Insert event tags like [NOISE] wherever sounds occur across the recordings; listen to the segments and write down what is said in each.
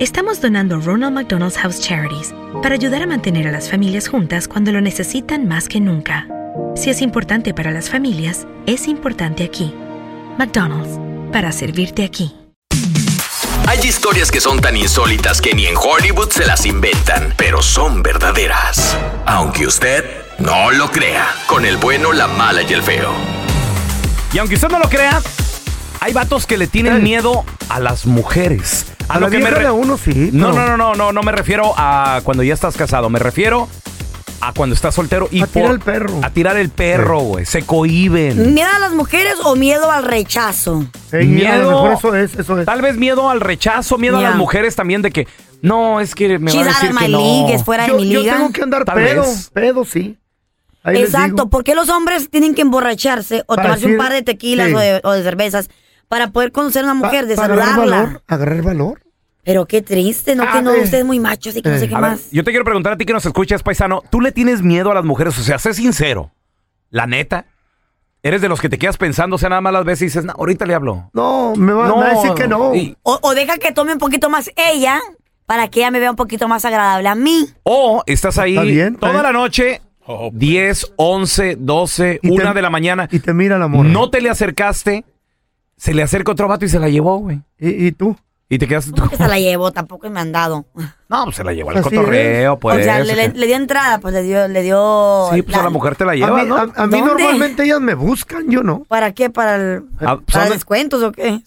Estamos donando Ronald McDonald's House Charities para ayudar a mantener a las familias juntas cuando lo necesitan más que nunca. Si es importante para las familias, es importante aquí. McDonald's, para servirte aquí. Hay historias que son tan insólitas que ni en Hollywood se las inventan, pero son verdaderas. Aunque usted no lo crea, con el bueno, la mala y el feo. Y aunque usted no lo crea, hay vatos que le tienen miedo a las mujeres. A, lo que me re- re... uno sí. No, no, no, no, no, no me refiero a cuando ya estás casado, me refiero a cuando estás soltero y A tirar el perro. A tirar el perro, güey. Se cohiben. ¿Miedo a las mujeres o miedo al rechazo? Ey, mira, A lo mejor eso es, eso es. Tal vez miedo al rechazo, miedo a las Ya. mujeres también de que no, es que me She's van a out decir of que my no. league, es fuera Yo, de mi yo liga. tengo que andar Tal pedo, vez. pedo sí. Ahí les Exacto, digo. ¿por qué los hombres tienen que emborracharse o Para tomarse decir- un par de tequilas sí. o, de, o de cervezas para poder conocer a una Pa- mujer, de para agarrar valor, saludarla? agarrar valor. Pero qué triste, ¿no? A que no, ver. usted es muy macho, así que no Eh. sé qué A ver, más. yo te quiero preguntar a ti que nos escuchas, paisano, ¿tú le tienes miedo a las mujeres? O sea, sé sincero. La neta. ¿Eres de los que te quedas pensando, o sea, nada más las veces y dices, no, ahorita le hablo? No, me va, me va a decir que no. y- O, o deja que tome un poquito más ella para que ella me vea un poquito más agradable a mí. O estás ahí Está bien, está toda bien. la noche, 10, 11, 12, Y te- 1 de la mañana. Y te mira la morra. No te le acercaste, se le acerca otro vato y se la llevó, güey. ¿Y, y tú? Y te quedaste tú. ¿Cómo que se la llevo? Tampoco me han dado. [LAUGHS] No, pues se la llevó al Así cotorreo, pues. o sea, le, le- le dio entrada, pues le dio... Le dio sí, pues a la- la mujer te la a lleva, mí, ¿no? a- a mí ¿Dónde? normalmente ellas me buscan, yo no. ¿Para qué? ¿Para, el, Ah, pues, para ¿dónde- descuentos o [LAUGHS] qué?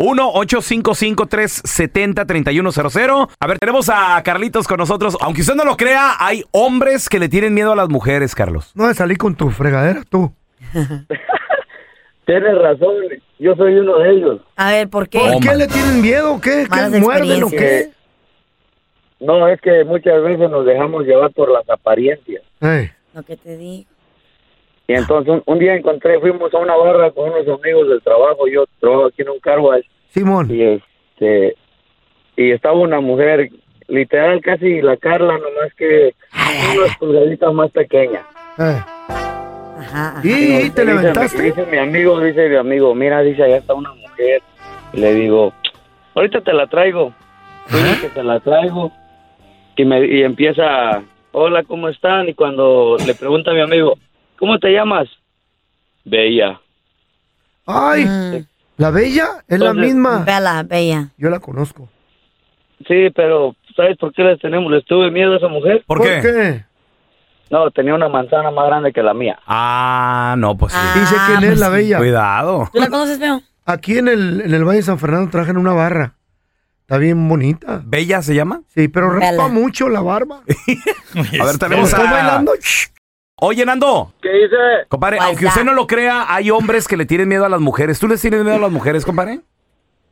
1-855-370-3100. A ver, tenemos a Carlitos con nosotros. Aunque usted no lo crea, hay hombres que le tienen miedo a las mujeres, Carlos. No de salir con tu fregadera, tú. Tienes razón, yo soy uno de ellos. A ver, ¿por qué? ¿Por Oh, qué man. le tienen miedo? ¿Qué? Malas ¿Qué muerden o qué? experiencias. No, es que muchas veces nos dejamos llevar por las apariencias. Ey, Lo que te digo. Y entonces un, un día encontré, fuimos a una barra con unos amigos del trabajo, yo trabajo aquí en un car wash, Simón. y este, y estaba una mujer, literal casi la Carla, nomás que unas pulgaditas más pequeña. Ey. Ajá. ¿Y, y Y dice- te y levantaste? Dice mi amigo, dice mi amigo, mira, dice, allá está una mujer. Y le digo, ahorita te la traigo. Dile que te la traigo. Y, me, y empieza, hola, ¿cómo están? Y cuando le pregunta a mi amigo, ¿cómo te llamas? Bella. Ay, Mm, la bella es la Entonces- misma. Bella, bella. Yo la conozco. Sí, pero ¿sabes por qué les tenemos? ¿Les tuve miedo a esa mujer? ¿Por, qué? No, tenía una manzana más grande que la mía. Ah, no, pues sí. Ah, Dice quién es la bella. Cuidado. ¿Tú la conoces, Feo? Aquí en el, en el Valle de San Fernando trajan una barra. Está bien bonita. ¿Bella se llama? Sí, pero raspa Bella. mucho la barba. A ver, tenemos Estoy a... bailando. Oye, Nando, ¿Qué dice? compadre, What's aunque usted that? no lo crea, hay hombres que le tienen miedo a las mujeres. ¿Tú les tienes miedo a las mujeres, compadre?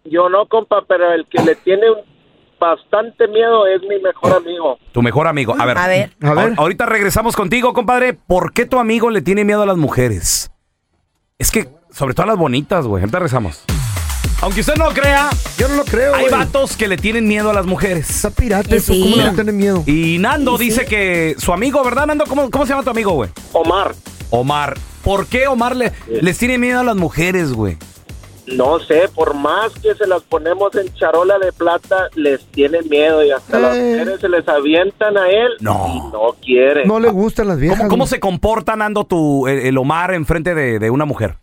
Yo no, compa, pero el que le tiene bastante miedo es mi mejor amigo. Tu mejor amigo. A ver. A ver. A ver. ahor- Ahorita regresamos contigo, compadre. ¿Por qué tu amigo le tiene miedo a las mujeres? Es que, sobre todo a las bonitas, güey. Ahorita regresamos. Aunque usted no crea, Yo no lo creo, hay güey. vatos que le tienen miedo a las mujeres. Está pirata Y eso. sí. ¿Cómo le tiene miedo? Y Nando Sí, sí. dice que su amigo, ¿verdad, Nando? ¿Cómo, cómo se llama tu amigo, güey? Omar, Omar. ¿Por qué Omar le, les tiene miedo a las mujeres, güey? no sé, por más que se las ponemos en charola de plata, les tiene miedo y hasta las Eh. mujeres se les avientan a él No. y no quieren. No le gustan las viejas. ¿Cómo, cómo güey. se comporta, Nando, tu, el, el Omar enfrente de, de una mujer?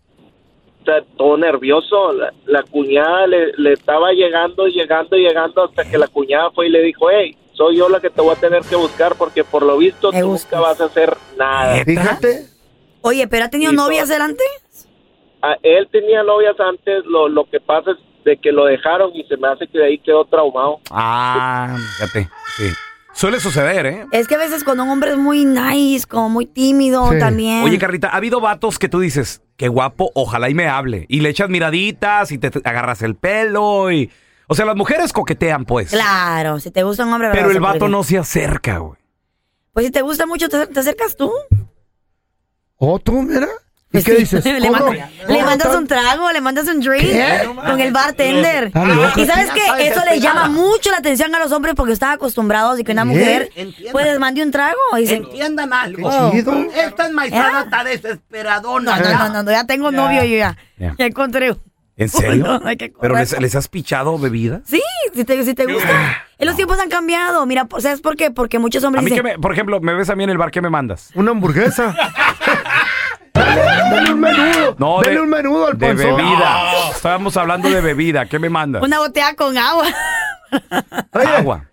Está todo nervioso. La, la cuñada le, le estaba llegando, llegando, llegando hasta que la cuñada fue y le dijo, hey, soy yo la que te voy a tener que buscar porque por lo visto Me tú buscas. nunca vas a hacer nada. Fíjate. Oye, ¿pero ha tenido Sí, novias todo. delante? A- él tenía novias antes, lo, lo que pasa es de que lo dejaron y se me hace que de ahí quedó traumado. Ah, fíjate, sí. Suele suceder, ¿eh? Es que a veces cuando un hombre es muy nice, como muy tímido Sí. también. Oye, Carlita, ha habido vatos que tú dices, qué guapo, ojalá y me hable. Y le echas miraditas y te te agarras el pelo y... O sea, las mujeres coquetean, pues. Claro, si te gusta un hombre... Pero ¿verdad? el vato Porque- no se acerca, güey. Pues si te gusta mucho, te, te acercas tú. ¿O Oh, tú, mira? ¿Y Pues qué sí. dices? [LAUGHS] Le, ¿Cómo? manda- le ¿Cómo mandas tan- un trago, le mandas un drink ¿Qué? con el bartender. Ah, no, y creo sabes que- que eso le llama mucho la atención a los hombres porque están acostumbrados y que una Bien. mujer Entiendan. pues les mande un trago y dicen, Entiendan algo. Qué chido. Esta enmaizada Ah. está desesperadona. no, no, ya. no, no, no, ya tengo novio yo ya. Ya. Ya encontré. uno. ¿En [LAUGHS] serio? No, hay que ¿Pero correr. les, les has pichado bebidas? Sí, si te, si te gusta. Eh, Los tiempos han cambiado. Mira, po- ¿sabes por qué? Porque muchos A hombres mí que dicen, me, por ejemplo, me ves a mí en el bar, ¿qué me mandas? Una [LAUGHS] hamburguesa. Dale un menudo. No, Dale de- un menudo al Ah. De panzón. bebida. Estábamos hablando de bebida, ¿qué me mandas? una botella con agua. [LAUGHS] Oye, Agua.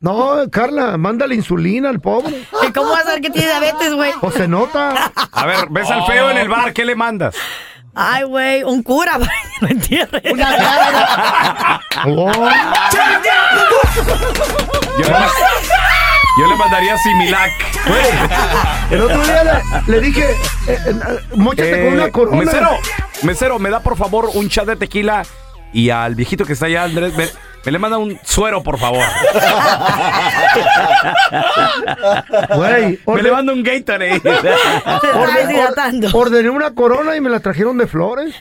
No, Carla, mándale insulina al pobre. ¿Y ¿Cómo vas a saber que tiene diabetes, güey? O Oh, se nota. A ver, ves al feo en el bar, ¿qué le mandas? Ay, güey, un cura, [LAUGHS] güey, no entierres. [LAUGHS] Yo Oh, le, ma- yo le mandaría Similac. el otro día le, le dije, eh, eh, móchate con una Eh, corona. Mesero, mesero, me da por favor un chat de tequila y al viejito que está allá, Andrés, me, me le manda un suero, por favor. Güey, me le orde- manda un [LAUGHS] Gatorade. Se está orde- deshidratando. or- ordené una corona y me la trajeron de flores.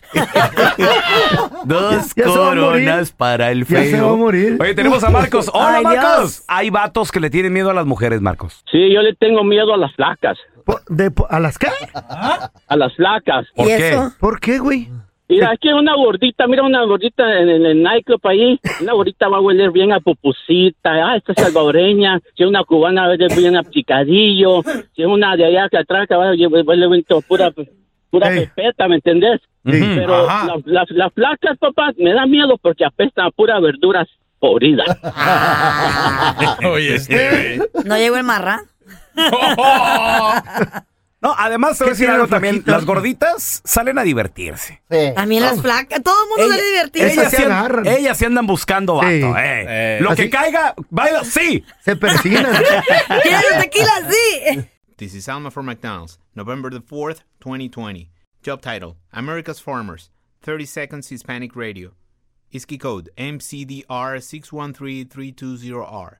Dos Ya se va a morir. coronas para el Ya se feo. va a morir. Oye, tenemos a Marcos. ¡Hola, Ay, Dios. Marcos! Hay vatos que le tienen miedo a las mujeres, Marcos. Sí, yo le tengo miedo a las flacas, Po- de po- ¿A las qué? a las flacas. ¿Por ¿Y qué? [LAUGHS] eso? ¿Por qué, güey? Mira, aquí una gordita, mira una gordita en, en el nightclub ahí. Una gordita va a oler bien a pupusita. Ah, esta es salvadoreña. Si es una cubana, va a oler bien a picadillo. Si es una de allá que atrás, que va a oler va a oler bien to- pura, pura Ey. pepeta, ¿me entendés? Sí. Ujú. Pero Ajá. la- las- las flacas, papá, me da miedo porque apestan a pura verduras podridas. Oye, este, güey. No llegó el marra. [LAUGHS] No, además te voy a ¿Qué decir tiene algo el también. flaquito? Las gorditas salen a divertirse. También las flacas. Todo el mundo Ah. Ella- sale divertido. ella- Ellas se sí, an- agarran. ellas sí andan buscando vato, Sí. eh. Eh, Lo que así- caiga, baila, sí. Se persignan. ¿Quieres un tequila? Sí. This is Alma from McDonald's, November the 4th, 2020. Job title America's Farmers, 30 Seconds Hispanic Radio. ISKI code MCDR613320R.